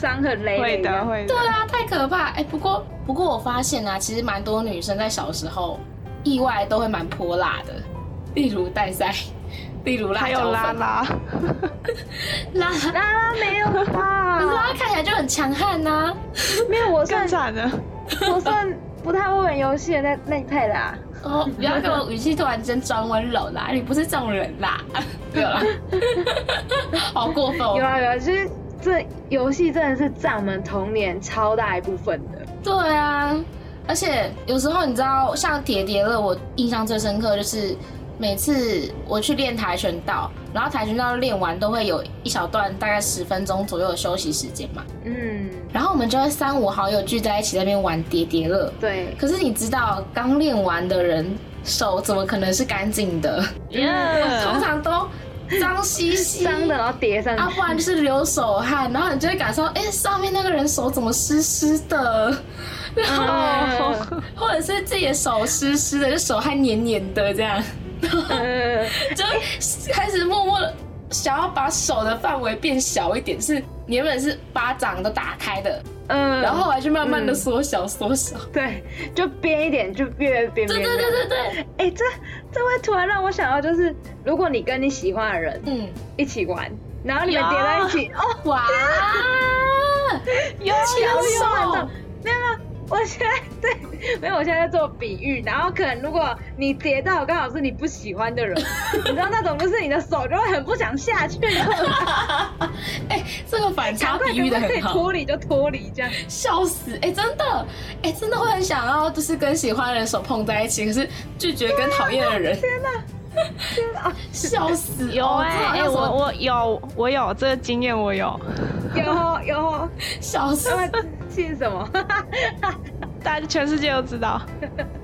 [SPEAKER 4] 伤痕累累
[SPEAKER 5] <laughs> 会
[SPEAKER 4] 这
[SPEAKER 5] 的
[SPEAKER 4] 样。
[SPEAKER 5] 会的
[SPEAKER 3] 对，啊，太可怕！哎、不过不过我发现啊，其实蛮多女生在小时候意外都会蛮泼辣的，例如带塞，例如辣
[SPEAKER 5] 还
[SPEAKER 3] 椒粉，
[SPEAKER 5] 有拉拉，
[SPEAKER 3] 拉拉，
[SPEAKER 4] 啦啦啊没有吧？
[SPEAKER 3] 拉看起来就很强悍啊呐、
[SPEAKER 4] 没有，我
[SPEAKER 5] 更
[SPEAKER 4] 算
[SPEAKER 5] 惨了，
[SPEAKER 4] 我算不太会玩游戏的那那一派啦。
[SPEAKER 3] 哦，不要跟我语气突然间装温柔啦，你不是这种人啦，没有啦， <laughs> 好过分
[SPEAKER 4] 有
[SPEAKER 3] 哦。
[SPEAKER 4] 啊有啊，就是这游戏真的是占我们童年超大一部分的。
[SPEAKER 3] 对啊，而且有时候你知道，像叠叠乐，我印象最深刻就是每次我去练跆拳道，然后跆拳道练完都会有一小段大概十分钟左右的休息时间嘛，
[SPEAKER 4] 嗯，
[SPEAKER 3] 然后我们就会三五好友聚在一起在那边玩叠叠乐。
[SPEAKER 4] 对。
[SPEAKER 3] 可是你知道，刚练完的人手怎么可能是干净的？通
[SPEAKER 5] Yeah
[SPEAKER 3] 常都脏兮兮
[SPEAKER 4] 脏的，然后叠上
[SPEAKER 3] 啊，
[SPEAKER 4] 去。
[SPEAKER 3] 不然就是流手汗，然后你就会感受，哎、上面那个人手怎么湿湿的，然后、
[SPEAKER 4] 嗯
[SPEAKER 3] 或者是自己的手湿湿的，就手还黏黏的这样， <laughs>
[SPEAKER 4] 嗯
[SPEAKER 3] 就开始默默的想要把手的范围变小一点，是你原本是巴掌都打开的，
[SPEAKER 4] 嗯，
[SPEAKER 3] 然后后来就慢慢的缩小缩小。
[SPEAKER 4] 对，就编一点，就越编
[SPEAKER 3] 对
[SPEAKER 4] 越。
[SPEAKER 3] 对对对对，
[SPEAKER 4] 哎、这这会突然让我想到，就是如果你跟你喜欢的人
[SPEAKER 3] 嗯，
[SPEAKER 4] 一起玩，然后你们叠在一起，哦， <laughs>
[SPEAKER 3] 哇，
[SPEAKER 5] 有
[SPEAKER 3] 有
[SPEAKER 4] 手，没有没有，我现在对，没有，我现在在做比喻。然后可能如果你跌到刚好是你不喜欢
[SPEAKER 3] <laughs>
[SPEAKER 4] 的人，你知道那种就是你的手就会很不想下去，
[SPEAKER 3] <laughs> 哎、这个反差
[SPEAKER 4] 赶快
[SPEAKER 3] 比喻的
[SPEAKER 4] 赶快可以
[SPEAKER 3] 很好，
[SPEAKER 4] 脱离就脱离这样。
[SPEAKER 3] 笑死！哎、真的，哎、真的会很想要，就是跟喜欢的人手碰在一起，可是拒绝跟讨厌的人，
[SPEAKER 4] 天哪，天哪，
[SPEAKER 3] 笑死！
[SPEAKER 5] <laughs> 啊有
[SPEAKER 3] 哎、
[SPEAKER 5] 哎、哎、
[SPEAKER 3] 这好像什么
[SPEAKER 5] 我我有我有这个经验，我有，
[SPEAKER 4] 有哦有哦，
[SPEAKER 3] 笑死
[SPEAKER 4] 他！们信什么？ <laughs>
[SPEAKER 5] 大家全世界都知道。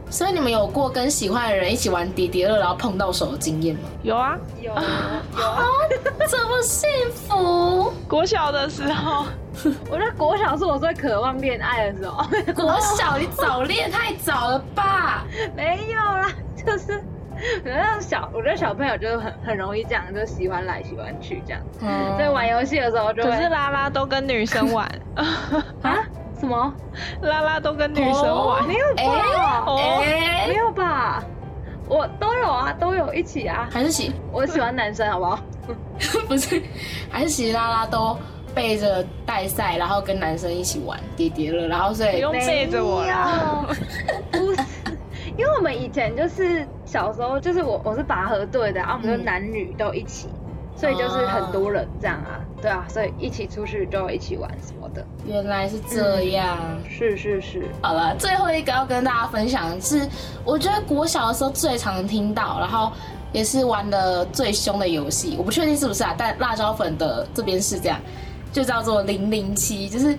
[SPEAKER 3] 所以你们有过跟喜欢的人一起玩叠叠乐，然后碰到手的经
[SPEAKER 5] <laughs>
[SPEAKER 3] 验吗？
[SPEAKER 5] 有啊，
[SPEAKER 4] 有有，
[SPEAKER 3] <laughs> 这么幸福，
[SPEAKER 5] 国小的时候，
[SPEAKER 4] 我觉得国小是我最渴望恋爱的时候，
[SPEAKER 3] 国小你早恋太早了吧？
[SPEAKER 4] 没有啦， <laughs> 就是。可能小，我觉得小朋友就是很很容易这样，就喜欢来喜欢去这样。
[SPEAKER 5] 哦
[SPEAKER 3] 嗯，
[SPEAKER 4] 所以玩游戏的时候就
[SPEAKER 5] 可
[SPEAKER 4] 会
[SPEAKER 5] 是拉拉都跟女生玩， <laughs>
[SPEAKER 4] 啊什么？
[SPEAKER 5] 拉拉都跟女生玩。
[SPEAKER 4] 没有吧？
[SPEAKER 5] 嗯哦，
[SPEAKER 3] 哎、
[SPEAKER 4] 没有吧？我都有啊，都有一起啊。
[SPEAKER 3] 还是喜 <laughs>
[SPEAKER 4] 我喜欢男生，好不好？
[SPEAKER 3] 不是，还是喜拉拉都背着带赛，然后跟男生一起玩叠叠乐，然后所
[SPEAKER 5] 不
[SPEAKER 3] 以
[SPEAKER 5] 用 <laughs> 背着我啦。
[SPEAKER 4] 没有。不是，因为我们以前就是小时候，就是我我是拔河队的，啊然后我们就
[SPEAKER 3] 嗯
[SPEAKER 4] 男女都一起，所以就是很多人这样啊，对啊，所以一起出去就一起玩什么的。
[SPEAKER 3] 原来是这样。
[SPEAKER 4] 是是是，
[SPEAKER 3] 好了，最后一个要跟大家分享的是，我觉得国小的时候最常听到，然后也是玩的最凶的游戏，我不确定是不是啊，但辣椒粉的这边是这样，就叫做零零七，就是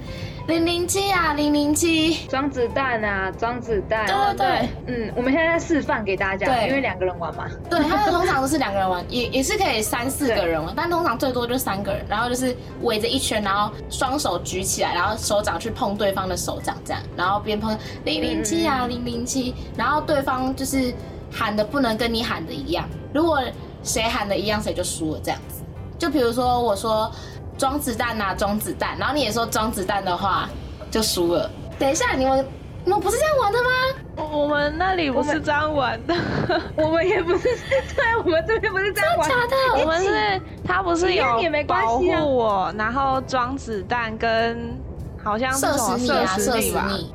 [SPEAKER 3] 零零七啊，零零七。
[SPEAKER 4] 装子弹啊，装子弹。
[SPEAKER 3] 对对对，
[SPEAKER 4] 嗯，我们现在在示范给大家，
[SPEAKER 3] 对
[SPEAKER 4] 因为两个人玩嘛。
[SPEAKER 3] 对，他们通常都是两个人玩，也也是可以三四个人玩，但通常最多就三个人，然后就是围着一圈，然后双手举起来，然后手掌去碰对方的手掌，这样，然后边碰零零七啊零零七，然后对方就是喊的不能跟你喊的一样，如果谁喊的一样，谁就输了这样子。就比如说我说装子弹啊装子弹，然后你也说装子弹的话，就输了。等一下，你们你们不是这样玩的吗？
[SPEAKER 5] 我们那里不是这样玩的，
[SPEAKER 4] 我们也不是，对，我们这边不是这样玩。
[SPEAKER 3] 假的？
[SPEAKER 5] 我们是他不是
[SPEAKER 4] 一
[SPEAKER 5] 有
[SPEAKER 4] 样也没关
[SPEAKER 5] 保护
[SPEAKER 4] 系啊
[SPEAKER 5] 我，然后装子弹跟好像是
[SPEAKER 3] 射
[SPEAKER 5] 什么
[SPEAKER 3] 死你啊，
[SPEAKER 5] 射
[SPEAKER 3] 射
[SPEAKER 5] 你
[SPEAKER 3] 死
[SPEAKER 5] 吧。
[SPEAKER 3] 你！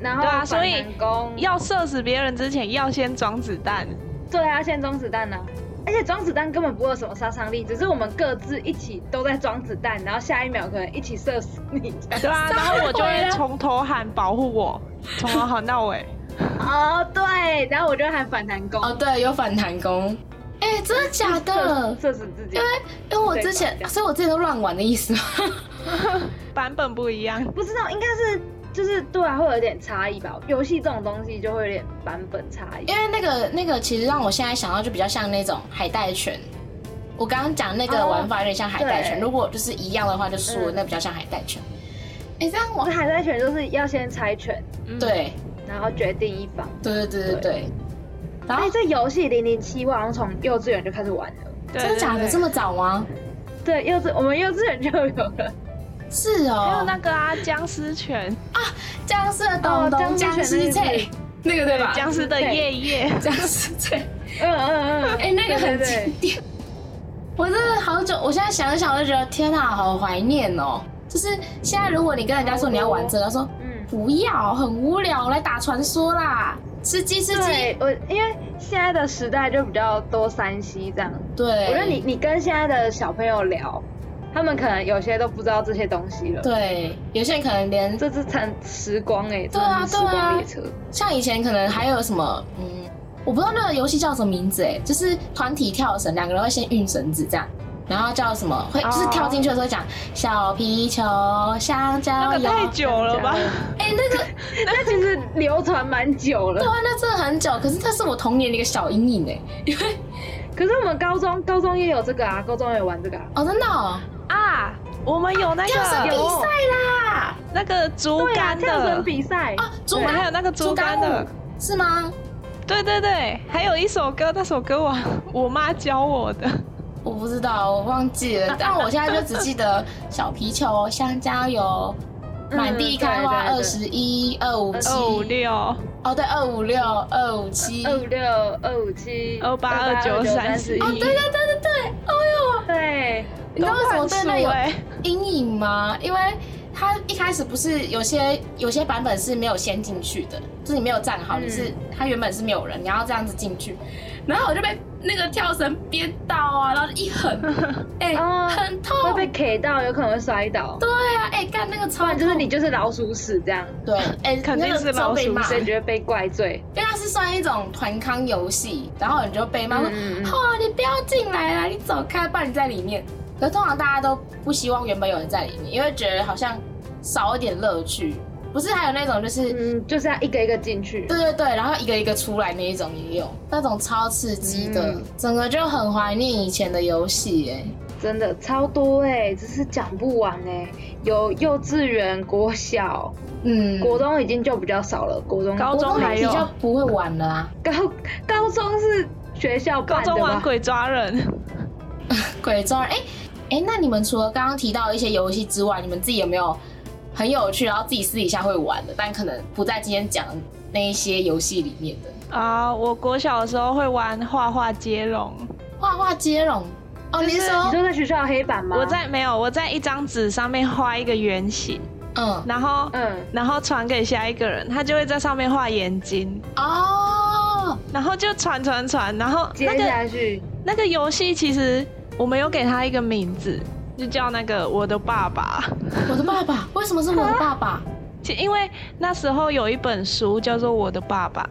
[SPEAKER 4] 然后
[SPEAKER 5] 对啊
[SPEAKER 4] 反
[SPEAKER 5] 所以
[SPEAKER 4] 南宫
[SPEAKER 5] 要射死别人之前，要先装子弹。
[SPEAKER 4] 对啊，现在装子弹呢、而且装子弹根本不会有什么杀伤力，只是我们各自一起都在装子弹，然后下一秒可能一起射死你。
[SPEAKER 5] 对啊，然后我就会从头喊保护我，从头喊到尾。
[SPEAKER 4] 哦，对，然后我就喊反弹弓，
[SPEAKER 3] 哦，对，有反弹弓。哎、真的假的 <laughs>
[SPEAKER 4] 射？射死自己
[SPEAKER 3] 哦因。为因为我之前，所以我之前都乱玩的意思吗？
[SPEAKER 5] 版本不一样，
[SPEAKER 4] 不知道，应该是就是对啊，会有点差异吧。游戏这种东西就会有点版本差异。
[SPEAKER 3] 因为那个那个，其实让我现在想到就比较像那种海带拳。我刚刚讲那个
[SPEAKER 4] 哦
[SPEAKER 3] 玩法有点像海带拳，
[SPEAKER 4] 对
[SPEAKER 3] 如果就是一样的话就输了，
[SPEAKER 4] 嗯
[SPEAKER 3] 那比较像海带拳。哎、这样
[SPEAKER 4] 我
[SPEAKER 3] 玩
[SPEAKER 4] 们海在拳就是要先猜拳，
[SPEAKER 5] 嗯，
[SPEAKER 3] 对
[SPEAKER 4] 然后决定一方。
[SPEAKER 3] 对对对对
[SPEAKER 4] 对
[SPEAKER 3] 对。然
[SPEAKER 4] 哎、
[SPEAKER 3] 后
[SPEAKER 4] 这游戏零零七，我好像从幼稚园就开始玩了。
[SPEAKER 5] 对
[SPEAKER 3] 真的假的这？么早吗？
[SPEAKER 4] 对，幼稚我们幼稚园就有了。
[SPEAKER 3] 是
[SPEAKER 5] 对对还有
[SPEAKER 3] 哦，
[SPEAKER 5] 那个啊，僵尸拳，
[SPEAKER 3] 僵尸的东
[SPEAKER 4] 哦
[SPEAKER 3] 东，
[SPEAKER 4] 僵
[SPEAKER 3] 僵
[SPEAKER 4] 尸
[SPEAKER 3] 尸
[SPEAKER 4] 拳
[SPEAKER 3] 脆，那个对吧？
[SPEAKER 5] 僵尸的夜夜，
[SPEAKER 3] 僵尸脆。
[SPEAKER 4] 嗯嗯嗯。
[SPEAKER 3] <laughs> 哎、那个很
[SPEAKER 4] 对对对
[SPEAKER 3] 经典。我真的好久，我现在想一想，我就觉得天哪、好怀念哦。就是现在，如果你跟人家说你要玩这个，他说
[SPEAKER 4] 嗯
[SPEAKER 3] 不要，很无聊，来打传说啦，吃鸡吃鸡。
[SPEAKER 4] 对我，因为现在的时代就比较多山西这样。
[SPEAKER 3] 对，
[SPEAKER 4] 我觉得你你跟现在的小朋友聊，他们可能有些都不知道这些东西了。，
[SPEAKER 3] 对有些人可能连
[SPEAKER 4] 这是成时光哎、欸，
[SPEAKER 3] 对啊
[SPEAKER 4] 真
[SPEAKER 3] 对啊
[SPEAKER 4] 的是时光列车。
[SPEAKER 3] 像以前可能还有什么，嗯，我不知道那个游戏叫什么名字哎，就是团体跳绳，两个人会先运绳子这样。然后叫什么？会就是
[SPEAKER 5] 哦
[SPEAKER 3] 跳进去的时候会讲小皮球、香蕉
[SPEAKER 5] 那个
[SPEAKER 3] 摇
[SPEAKER 5] 太久了
[SPEAKER 4] 哦
[SPEAKER 5] 吧？
[SPEAKER 4] 啊
[SPEAKER 3] 哎，那个
[SPEAKER 4] <laughs> 那其实流传蛮久
[SPEAKER 3] 对 <laughs>
[SPEAKER 4] 了。
[SPEAKER 3] 啊，那真的很久，可是这是我童年的一个小阴影哎。
[SPEAKER 4] 可是我们高中高中也有这个啊，高中也玩这个、啊。
[SPEAKER 3] 哦，真的、哦，
[SPEAKER 5] 啊，我们有那
[SPEAKER 3] 跳绳比
[SPEAKER 5] 个
[SPEAKER 4] 有
[SPEAKER 3] 赛啦，
[SPEAKER 5] 那个竹
[SPEAKER 4] 对啊，
[SPEAKER 5] 竿
[SPEAKER 4] 跳绳
[SPEAKER 5] 的，
[SPEAKER 4] 比赛
[SPEAKER 3] 啊，竹
[SPEAKER 5] 我们还
[SPEAKER 3] 竿
[SPEAKER 5] 有那个
[SPEAKER 3] 竹
[SPEAKER 5] 竹竿
[SPEAKER 3] 竿
[SPEAKER 5] 的
[SPEAKER 3] 舞，是吗？
[SPEAKER 5] 对对对，还有一首歌，那首歌我 <laughs> 我妈教我的，
[SPEAKER 3] 我不知道，我忘记
[SPEAKER 4] <laughs>
[SPEAKER 3] 了，但我现在就只记得小皮球、香蕉油、
[SPEAKER 4] 嗯
[SPEAKER 3] 满地开花、
[SPEAKER 4] 对
[SPEAKER 3] 二
[SPEAKER 4] 对
[SPEAKER 3] 十一、二五七、
[SPEAKER 5] 二五六，
[SPEAKER 3] 哦对，二五六、二五七，
[SPEAKER 4] 二
[SPEAKER 3] 哦
[SPEAKER 4] 五六、二五七、
[SPEAKER 5] 28 29
[SPEAKER 3] 对对对
[SPEAKER 5] 31
[SPEAKER 3] 对哦对，哎呦，
[SPEAKER 4] 对，
[SPEAKER 3] 你知道为什么
[SPEAKER 5] 都
[SPEAKER 3] 我对
[SPEAKER 5] 很
[SPEAKER 3] 那
[SPEAKER 5] 熟
[SPEAKER 3] 有
[SPEAKER 5] 欸
[SPEAKER 3] 阴影吗？因为它一开始不是有些有些版本是没有先进去的，就是你没有站好，
[SPEAKER 4] 嗯
[SPEAKER 3] 你是它原本是没有人，你要这样子进去，然后我就被那个跳绳鞭到啊，然后就一
[SPEAKER 4] <laughs>
[SPEAKER 3] 狠，哎、
[SPEAKER 4] 啊
[SPEAKER 3] 很痛，
[SPEAKER 4] 会被 K 到，有可能会摔倒。
[SPEAKER 3] 对啊，哎、干那个
[SPEAKER 4] 不
[SPEAKER 3] 超
[SPEAKER 4] 然
[SPEAKER 3] 痛，
[SPEAKER 4] 就是你就是老鼠屎这样，
[SPEAKER 3] 对，哎、
[SPEAKER 5] 肯定
[SPEAKER 3] 那个
[SPEAKER 5] 是
[SPEAKER 3] 超
[SPEAKER 5] 老鼠
[SPEAKER 3] 被骂
[SPEAKER 5] 屎
[SPEAKER 4] 所以你就会被怪罪。
[SPEAKER 3] 因为它是算一种团康游戏，然后你就被骂说：“
[SPEAKER 4] 嗯嗯嗯
[SPEAKER 3] 哦，你不要进来啊啦，你走开，不然你在里面。”可是通常大家都不希望原本有人在里面，因为觉得好像少一点乐趣。不是还有那种就是、
[SPEAKER 4] 嗯，就是要一个一个进去。
[SPEAKER 3] 对对对，然后一个一个出来那一种也有，那种超刺激的，
[SPEAKER 4] 嗯
[SPEAKER 3] 整个就很怀念以前的游戏哎、
[SPEAKER 4] 真的超多哎、欸，真是讲不完哎、有幼稚园、国小、
[SPEAKER 3] 嗯，
[SPEAKER 4] 国中已经就比较少了，国中、
[SPEAKER 5] 高
[SPEAKER 3] 国
[SPEAKER 5] 中还
[SPEAKER 3] 比
[SPEAKER 5] 有
[SPEAKER 3] 较不会玩了啊，
[SPEAKER 4] 高高中是学校
[SPEAKER 5] 高
[SPEAKER 4] 办的
[SPEAKER 5] 中玩
[SPEAKER 4] 吧？
[SPEAKER 5] 鬼抓人，
[SPEAKER 3] 鬼抓人哎哎，那你们除了刚刚提到的一些游戏之外，你们自己有没有很有趣，然后自己私底下会玩的，但可能不在今天讲的那一些游戏里面的
[SPEAKER 5] 啊、我国小的时候会玩画画接龙，
[SPEAKER 3] 画画接龙？哦，
[SPEAKER 5] 就
[SPEAKER 3] 你
[SPEAKER 5] 是
[SPEAKER 3] 是
[SPEAKER 4] 你
[SPEAKER 3] 说
[SPEAKER 4] 说在学校的黑板吗？
[SPEAKER 5] 我在没有，我在一张纸上面画一个圆形，
[SPEAKER 3] 嗯
[SPEAKER 5] 然后
[SPEAKER 4] 嗯，
[SPEAKER 5] 然后传给下一个人，他就会在上面画眼睛，
[SPEAKER 3] 哦
[SPEAKER 5] 然后就传传传，然后
[SPEAKER 4] 接
[SPEAKER 5] 那个
[SPEAKER 4] 下去
[SPEAKER 5] 那个游戏其实我们有给他一个名字，就叫那个我的爸爸，
[SPEAKER 3] 我的爸爸为什么是我的爸爸？
[SPEAKER 5] 其因为那时候有一本书叫做《我的爸爸》，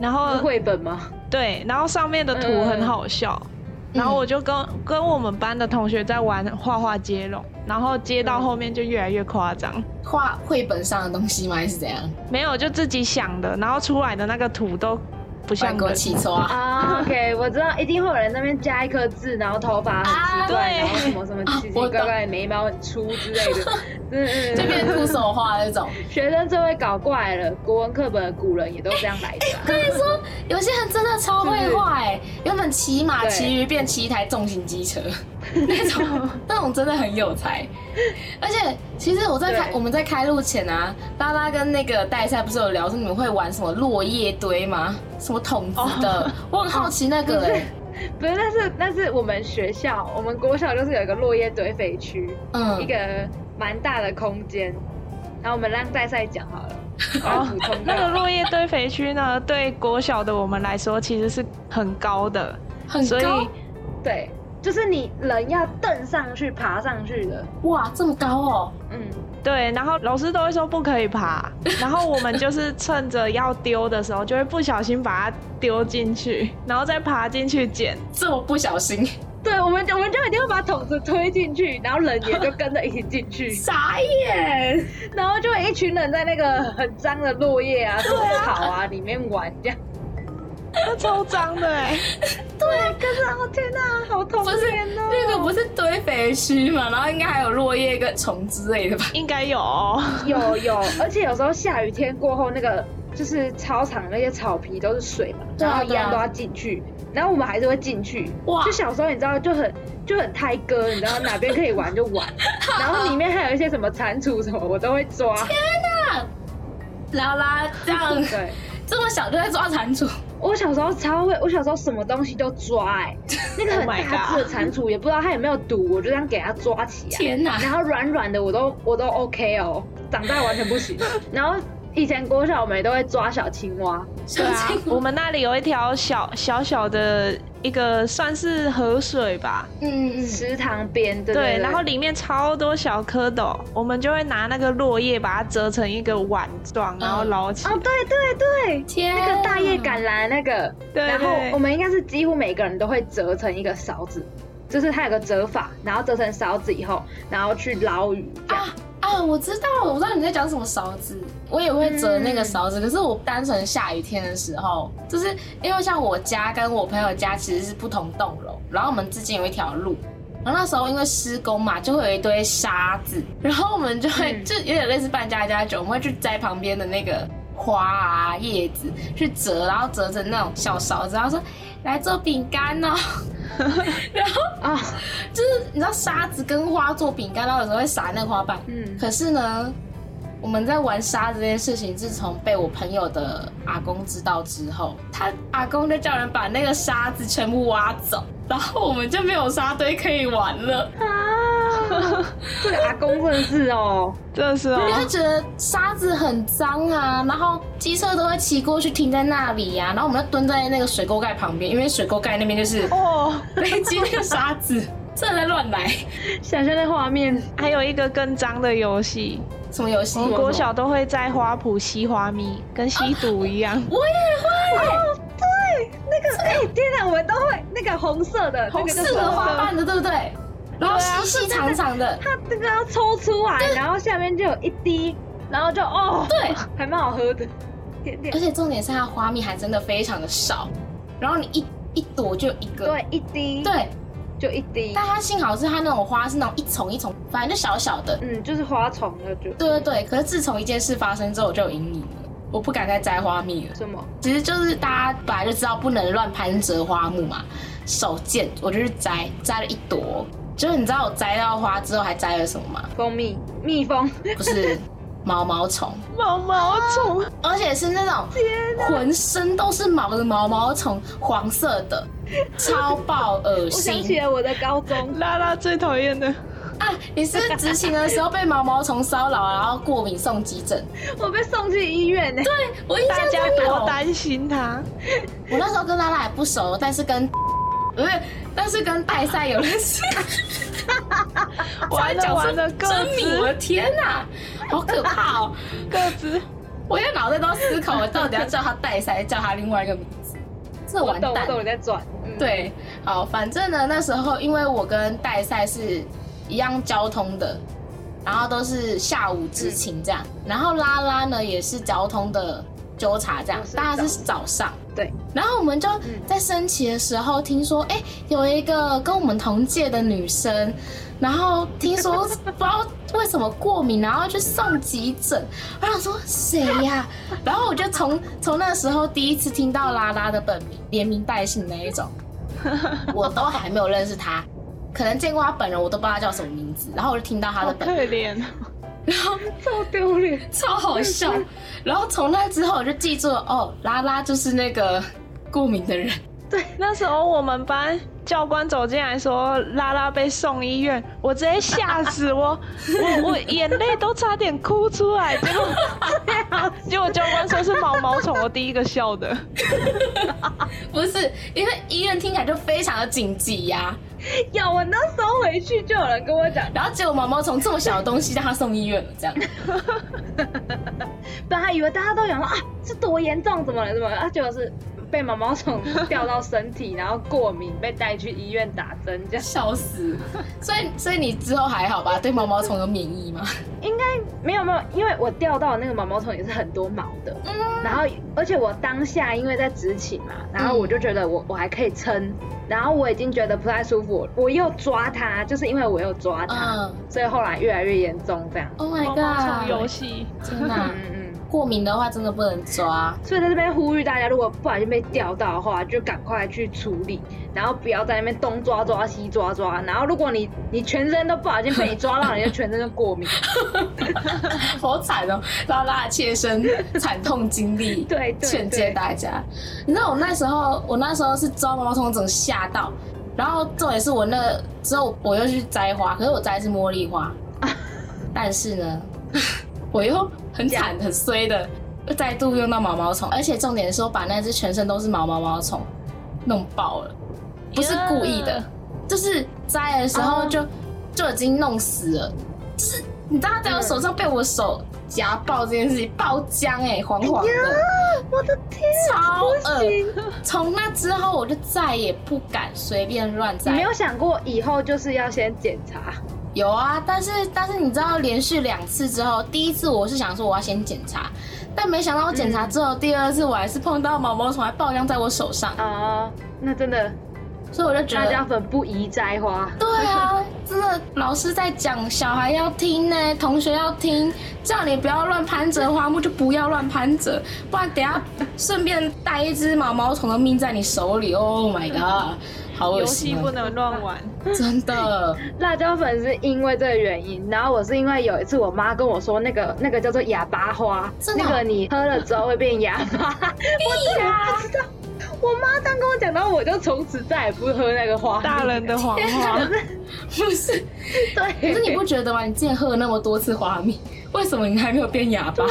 [SPEAKER 5] 然
[SPEAKER 4] 是
[SPEAKER 5] 后
[SPEAKER 4] 绘本吗？
[SPEAKER 5] 对，然后上面的图很好笑，
[SPEAKER 3] 嗯
[SPEAKER 5] 然后我就跟跟我们班的同学在玩画画接龙，然后接到后面就越来越夸张，
[SPEAKER 3] 画绘本上的东西吗？还是怎样？
[SPEAKER 5] 没有就自己想的，然后出来的那个图都不像
[SPEAKER 3] 像国
[SPEAKER 5] 人。
[SPEAKER 3] 起抽啊？
[SPEAKER 4] 啊，OK，我知道一定会有人那边加一颗痣，然后头发很奇怪，
[SPEAKER 5] 啊对
[SPEAKER 4] 然后什么什么奇奇怪怪，眉毛很粗之类的，嗯
[SPEAKER 3] 就变
[SPEAKER 4] 嗯，
[SPEAKER 3] 徒手画那种，
[SPEAKER 4] 学生最会搞怪了，国文课本的古人也都这样来的啊、
[SPEAKER 3] 有些人真的超会画哎、原本骑马
[SPEAKER 4] 对
[SPEAKER 3] 骑鱼变骑一台重型机车，那种那种真的很有才。而且其实我在开
[SPEAKER 4] 对
[SPEAKER 3] 我们在开录前啊，拉拉跟那个戴赛不是有聊说你们会玩什么落叶堆吗？什么桶子的我很好奇那个哎、
[SPEAKER 4] 不是，那是那是我们学校，我们国小就是有一个落叶堆肥区，一
[SPEAKER 3] 嗯，
[SPEAKER 4] 个蛮大的空间。然后我们让戴赛讲好了，然后
[SPEAKER 5] 哦
[SPEAKER 4] 补充
[SPEAKER 5] 那个
[SPEAKER 4] 到
[SPEAKER 5] 落叶堆肥区呢，对国小的我们来说其实是很高的，
[SPEAKER 3] 很
[SPEAKER 5] 所
[SPEAKER 3] 高
[SPEAKER 5] 以
[SPEAKER 4] 对，就是你人要蹬上去、爬上去的。
[SPEAKER 3] 哇，这么高哦，
[SPEAKER 4] 嗯，
[SPEAKER 5] 对，然后老师都会说不可
[SPEAKER 4] <laughs>
[SPEAKER 5] 以爬，然后我们就是趁着要丢的时候，就会不小心把它丢进去，然后再爬进去捡。
[SPEAKER 3] 这么不小心，，
[SPEAKER 4] 对，我们我们就一定会把桶子推进去，然后人也就跟着一起进去 <laughs>
[SPEAKER 3] 傻眼。
[SPEAKER 4] 然后就一群人在那个很脏的落叶啊、什么草啊里面玩，这样。
[SPEAKER 5] 那超脏的哎、
[SPEAKER 4] 可是哦，天哪，好痛
[SPEAKER 3] 不是
[SPEAKER 4] 怜哦！
[SPEAKER 3] 那个不是堆肥区嘛，然后应该还有落叶跟虫之类的吧？
[SPEAKER 5] 应该有、哦
[SPEAKER 4] <laughs> 有有，而且有时候下雨天过后，那个就是操场那些草皮都是水嘛，
[SPEAKER 3] 对
[SPEAKER 4] 然
[SPEAKER 3] 啊
[SPEAKER 4] 后一样都要进去，然后我们还是会进去。
[SPEAKER 3] 哇
[SPEAKER 4] 就小时候你知道就很就很胎哥，你知道哪边可以玩就 <laughs> 玩，然后里面还有一些什么蟾蜍什么我都会抓。
[SPEAKER 3] 拉拉这样
[SPEAKER 4] 对，
[SPEAKER 3] 这么小就在抓
[SPEAKER 4] <laughs>
[SPEAKER 3] 蟾蜍，
[SPEAKER 4] 我小时候超会，我小时候什么东西都抓、
[SPEAKER 5] <laughs>
[SPEAKER 4] 哎，那个很
[SPEAKER 5] Oh my
[SPEAKER 4] 大只的蟾蜍也不知道它有没有毒，我就这样给它抓起
[SPEAKER 5] <laughs>
[SPEAKER 4] 来。
[SPEAKER 3] 天哪！
[SPEAKER 4] 然后软软的我都我都 OK 哦，长大完全不行。然后以前国小我们也都会抓小青蛙，
[SPEAKER 3] 小
[SPEAKER 5] 对啊，我们那里有一条小小小的一个算是河水吧，
[SPEAKER 3] 嗯嗯，
[SPEAKER 4] 池塘边对
[SPEAKER 5] 对，
[SPEAKER 4] 对，
[SPEAKER 5] 然后里面超多小蝌蚪，我们就会拿那个落叶把它折成一个碗状，然后捞起来。
[SPEAKER 4] 哦对对对，
[SPEAKER 3] 天
[SPEAKER 5] 嗯
[SPEAKER 3] 啊，
[SPEAKER 4] 那个大叶橄榄那个，
[SPEAKER 5] 对
[SPEAKER 4] 然后
[SPEAKER 5] 对
[SPEAKER 4] 我们应该是几乎每个人都会折成一个勺子，就是它有个折法，然后折成勺子以后，然后去捞鱼这
[SPEAKER 5] 哦
[SPEAKER 4] 样。
[SPEAKER 3] 啊啊！我知道，我知道你在讲什么勺子，我也会折
[SPEAKER 4] 嗯
[SPEAKER 3] 那个勺子，可是我单纯下雨天的时候，就是因为像我家跟我朋友家其实是不同栋楼，然后我们之间有一条路。然后那时候因为施工嘛，就会有一堆沙子，然后我们就会、
[SPEAKER 4] 嗯
[SPEAKER 3] 就有点类似扮家家酒，我们会去摘旁边的那个花啊叶子去折，然后折成那种小勺子，然后说来做饼干
[SPEAKER 4] <laughs>
[SPEAKER 3] 哦。
[SPEAKER 4] 啊、
[SPEAKER 3] 就是你知道沙子跟花做饼干，然后有时候会撒那个花瓣。
[SPEAKER 4] 嗯，
[SPEAKER 3] 可是呢，我们在玩沙子这件事情，自从被我朋友的阿公知道之后，他阿公就叫人把那个沙子全部挖走，然后我们就没有沙堆可以玩了。
[SPEAKER 4] 啊，这个阿公真的是哦，
[SPEAKER 5] 真的是哦
[SPEAKER 3] 因为，他觉得沙子很脏啊，然后机车都会骑过去停在那里呀、然后我们就蹲在那个水沟盖旁边，因为水沟盖那边就是
[SPEAKER 5] 哦，
[SPEAKER 3] 堆积那个沙子， <laughs> 真的在乱来。
[SPEAKER 4] 想象那画面，
[SPEAKER 5] 还有一个更脏的游戏，
[SPEAKER 3] 什么游戏？
[SPEAKER 4] 哦
[SPEAKER 5] 我国小都会在花圃吸花蜜，跟吸毒一样。
[SPEAKER 3] 我也
[SPEAKER 4] 哦
[SPEAKER 3] 会，
[SPEAKER 4] 对，那个哎、天哪，我们都会那个红色的，
[SPEAKER 3] 红
[SPEAKER 4] 那个叫
[SPEAKER 3] 色
[SPEAKER 4] 什
[SPEAKER 3] 的
[SPEAKER 4] 么啊
[SPEAKER 3] 花瓣的，对不对？然后细细长长的，
[SPEAKER 4] 它这个要抽出来，然后下面就有一滴，然后就哦，
[SPEAKER 3] 对，
[SPEAKER 4] <laughs> 还蛮好喝的，点点
[SPEAKER 3] 而，且重点是它的花蜜还真的非常的少，然后你一一朵就一个，
[SPEAKER 4] 对，一滴，，
[SPEAKER 3] 对，
[SPEAKER 4] 就一滴，
[SPEAKER 3] 但它幸好是它那种花是那种一丛一丛，反正就小小的，
[SPEAKER 4] 嗯，就是花丛的就
[SPEAKER 3] 对对对。可是自从一件事发生之后，我就有阴影了，我不敢再摘花蜜了。
[SPEAKER 4] 什么，
[SPEAKER 3] 其实就是大家本来就知道不能乱攀折花木嘛，手贱，我就去摘，摘了一朵。就是你知道我摘到花之后还摘了什么吗？
[SPEAKER 4] 蜂蜜，蜜蜂，
[SPEAKER 3] 不是 <laughs> 毛毛虫，
[SPEAKER 5] <laughs> 毛毛虫，
[SPEAKER 3] 而且是那种浑身都是毛的毛毛虫，黄色的，
[SPEAKER 5] <laughs>
[SPEAKER 3] 超爆恶
[SPEAKER 4] 我想
[SPEAKER 3] 心。
[SPEAKER 4] 起了我的高
[SPEAKER 3] <laughs>
[SPEAKER 4] 中，
[SPEAKER 5] 拉拉最讨厌的，
[SPEAKER 3] 啊，你是不是执勤的时候被毛毛虫骚扰，然后过敏送急诊？
[SPEAKER 4] 我被送去医院呢，对，
[SPEAKER 3] 我印象
[SPEAKER 5] 大家
[SPEAKER 3] 中有
[SPEAKER 5] 多担心他。
[SPEAKER 3] 我那时候跟拉拉也不熟，但是
[SPEAKER 5] <laughs>
[SPEAKER 3] 跟不是，但是跟戴赛有认识。
[SPEAKER 5] 完了完了，各
[SPEAKER 3] 真名，我
[SPEAKER 5] 自
[SPEAKER 3] 的天哪，好可怕哦！
[SPEAKER 5] <laughs> 各自，
[SPEAKER 3] 我现在脑袋都思考，我到底要叫他戴赛，叫他另外一个名字，这
[SPEAKER 4] 我
[SPEAKER 3] 完
[SPEAKER 4] 懂，我
[SPEAKER 3] 蛋
[SPEAKER 4] 懂，。我在转，嗯，
[SPEAKER 3] 对，好，反正呢，那时候因为我跟戴赛是一样交通的，然后都是下午执勤这样，然后拉拉呢也是交通的纠察这样
[SPEAKER 4] 我，是
[SPEAKER 3] 大家是早上。嗯
[SPEAKER 4] 对，
[SPEAKER 3] 然后我们就在升旗的时候听说，哎、有一个跟我们同届的女生，然后听说不知道为什么过敏，然后去送急诊。我想说谁呀、然后我就从从那时候第一次听到拉拉的本名，连名带姓那一 <laughs> 种，我都还没有认识她，可能见过她本人，我都不知道她叫什么名字。然后我就听到她
[SPEAKER 5] 好
[SPEAKER 3] 的 <laughs> 本名，
[SPEAKER 5] 可怜。哦
[SPEAKER 4] 超丢脸，
[SPEAKER 3] 超好笑。 <laughs> 然后从那之后我就记住了，哦，拉拉就是那个过敏的人。
[SPEAKER 5] 那时候我们班教官走进来说拉拉被送医院，我直接吓死我，我我眼泪都差点哭出来。结 <laughs> 果结果教官说是毛毛虫，我第一个笑的。
[SPEAKER 3] 不是，因为医院听起来就非常的紧急呀、
[SPEAKER 4] 哎有，我那时候回去就有人跟我讲，
[SPEAKER 3] 然后结果毛毛虫这么小的东西让他送医院了，这样。
[SPEAKER 4] 本来以为大家都想说啊，这多严重，怎么了，怎么了？啊，结果是被毛毛虫掉到身体，然后过敏，被带去医院打针，这样
[SPEAKER 3] 笑死！所以，所以你之后还好吧？对毛毛虫有免疫吗？
[SPEAKER 4] 应该没有没有，因为我掉到的那个毛毛虫也是很多毛的，然后而且我当下因为在执勤嘛，然后我就觉得我我还可以撑，然后我已经觉得不太舒服，我又抓它，就是因为我又抓它，
[SPEAKER 3] 嗯
[SPEAKER 4] 所以后来越来越严重这样。
[SPEAKER 3] ，Oh my
[SPEAKER 5] 毛毛虫游
[SPEAKER 3] god！
[SPEAKER 5] 戏，
[SPEAKER 3] 天哪
[SPEAKER 4] 嗯，嗯。
[SPEAKER 3] 过敏的话真的不能抓。
[SPEAKER 4] 所以在这边呼吁大家，如果不小心被钓到的话，就赶快去处理，然后不要在那边东抓抓西抓抓。然后如果你你全身都不小心被你抓到，你就全身都过敏。
[SPEAKER 3] <laughs> 好惨哦，拉拉的切身惨痛经历，
[SPEAKER 4] <laughs> 对对
[SPEAKER 3] 劝诫大家。你知道我那时候，我那时候是抓毛毛虫，整个吓到。然后重点是我那之后我又去摘花，可是我摘的是茉莉
[SPEAKER 4] <laughs>
[SPEAKER 3] 花，但是呢，我又很惨很衰的，又再度用到毛毛虫，而且重点是我把那只全身都是毛毛毛虫弄爆了，不是故意的。就是摘的时候就、就已经弄死了，就是你知道在我手上被我手夹爆这件事情，爆浆哎、黄黄的，
[SPEAKER 4] 我的天，
[SPEAKER 3] 超
[SPEAKER 4] 不
[SPEAKER 3] 恶。
[SPEAKER 4] 行！
[SPEAKER 3] 从那之后我就再也不敢随便乱
[SPEAKER 4] 你没
[SPEAKER 3] 摘。
[SPEAKER 4] 有想过以后就是要先检查？
[SPEAKER 3] 有啊，但是但是你知道连续两次之后，第一次我是想说我要先检查，但没想到我检查之后，第二次我还是碰到毛毛虫还爆浆在我手上，
[SPEAKER 4] 哦，那真的
[SPEAKER 3] 所以我就觉
[SPEAKER 4] 辣椒
[SPEAKER 3] 得。
[SPEAKER 4] 粉不宜摘花。
[SPEAKER 3] 对啊，真的，老师在讲，小孩要听呢、同学要听，叫你不要乱攀折花木，就不要乱攀折，不然等下顺便带一只毛毛虫的命在你手里。Oh my god，好恶
[SPEAKER 5] 游戏
[SPEAKER 3] 心、
[SPEAKER 5] 不
[SPEAKER 3] 哦，
[SPEAKER 5] 能乱玩。
[SPEAKER 3] 真的。
[SPEAKER 4] 辣椒粉是因为这个原因，然后我是因为有一次我妈跟我说那个那个叫做哑巴花，
[SPEAKER 3] 真的哦 <laughs>
[SPEAKER 4] 那个你喝了之后会变哑巴，我真的不知道。我妈这样跟我讲，然后我就从此再也不喝那个花。
[SPEAKER 5] 大人的谎话， <laughs>
[SPEAKER 3] 不是？可
[SPEAKER 4] 对，
[SPEAKER 3] 是你不觉得吗？你之前喝了那么多次花蜜，为什么你还没有变哑巴？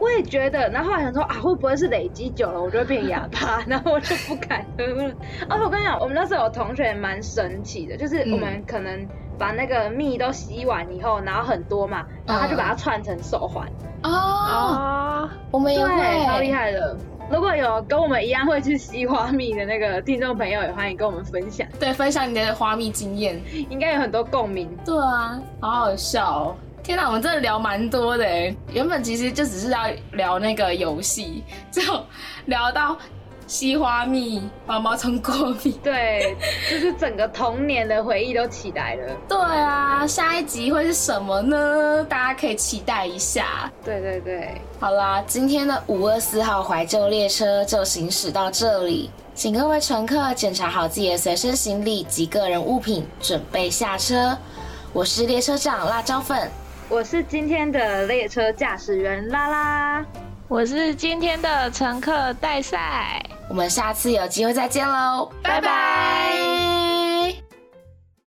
[SPEAKER 4] 我也觉得，然后后来想说啊，会不会是累积久了，我就会变哑
[SPEAKER 3] <laughs>
[SPEAKER 4] 巴，然后我就不敢喝了。而且我跟你讲，我们那时候有同学也蛮神奇的，
[SPEAKER 3] 嗯
[SPEAKER 4] 就是我们可能把那个蜜都吸完以后，然后很多嘛，然
[SPEAKER 3] 嗯
[SPEAKER 4] 后他就把它串成手环，
[SPEAKER 3] 哦，
[SPEAKER 5] 哦，
[SPEAKER 3] 我们也
[SPEAKER 4] 啊对，超厉
[SPEAKER 3] 会。
[SPEAKER 4] 害的。如果有跟我们一样会去吸花蜜的那个听众朋友，也欢迎跟我们分享，
[SPEAKER 3] 对，分享你的花蜜经验。
[SPEAKER 4] 应该有很多共鸣。
[SPEAKER 3] 对啊，好好笑哦！天哪，我们真的聊蛮多的哎。原本其实就只是要聊那个游戏，就聊到西花蜜、毛毛虫过敏。
[SPEAKER 4] 对，就是整个童年的回忆都起来了。
[SPEAKER 3] 对啊，下一集会是什么呢？大家可以期待一下。
[SPEAKER 4] 对对对，
[SPEAKER 3] 好啦，今天的五二四号怀旧列车就行驶到这里，请各位乘客检查好自己的随身行李及个人物品，准备下车。我是列车长辣椒粉，
[SPEAKER 4] 我是今天的列车驾驶员拉拉。
[SPEAKER 5] 我是今天的乘客代赛。
[SPEAKER 3] 我们下次有机会再见喽，拜拜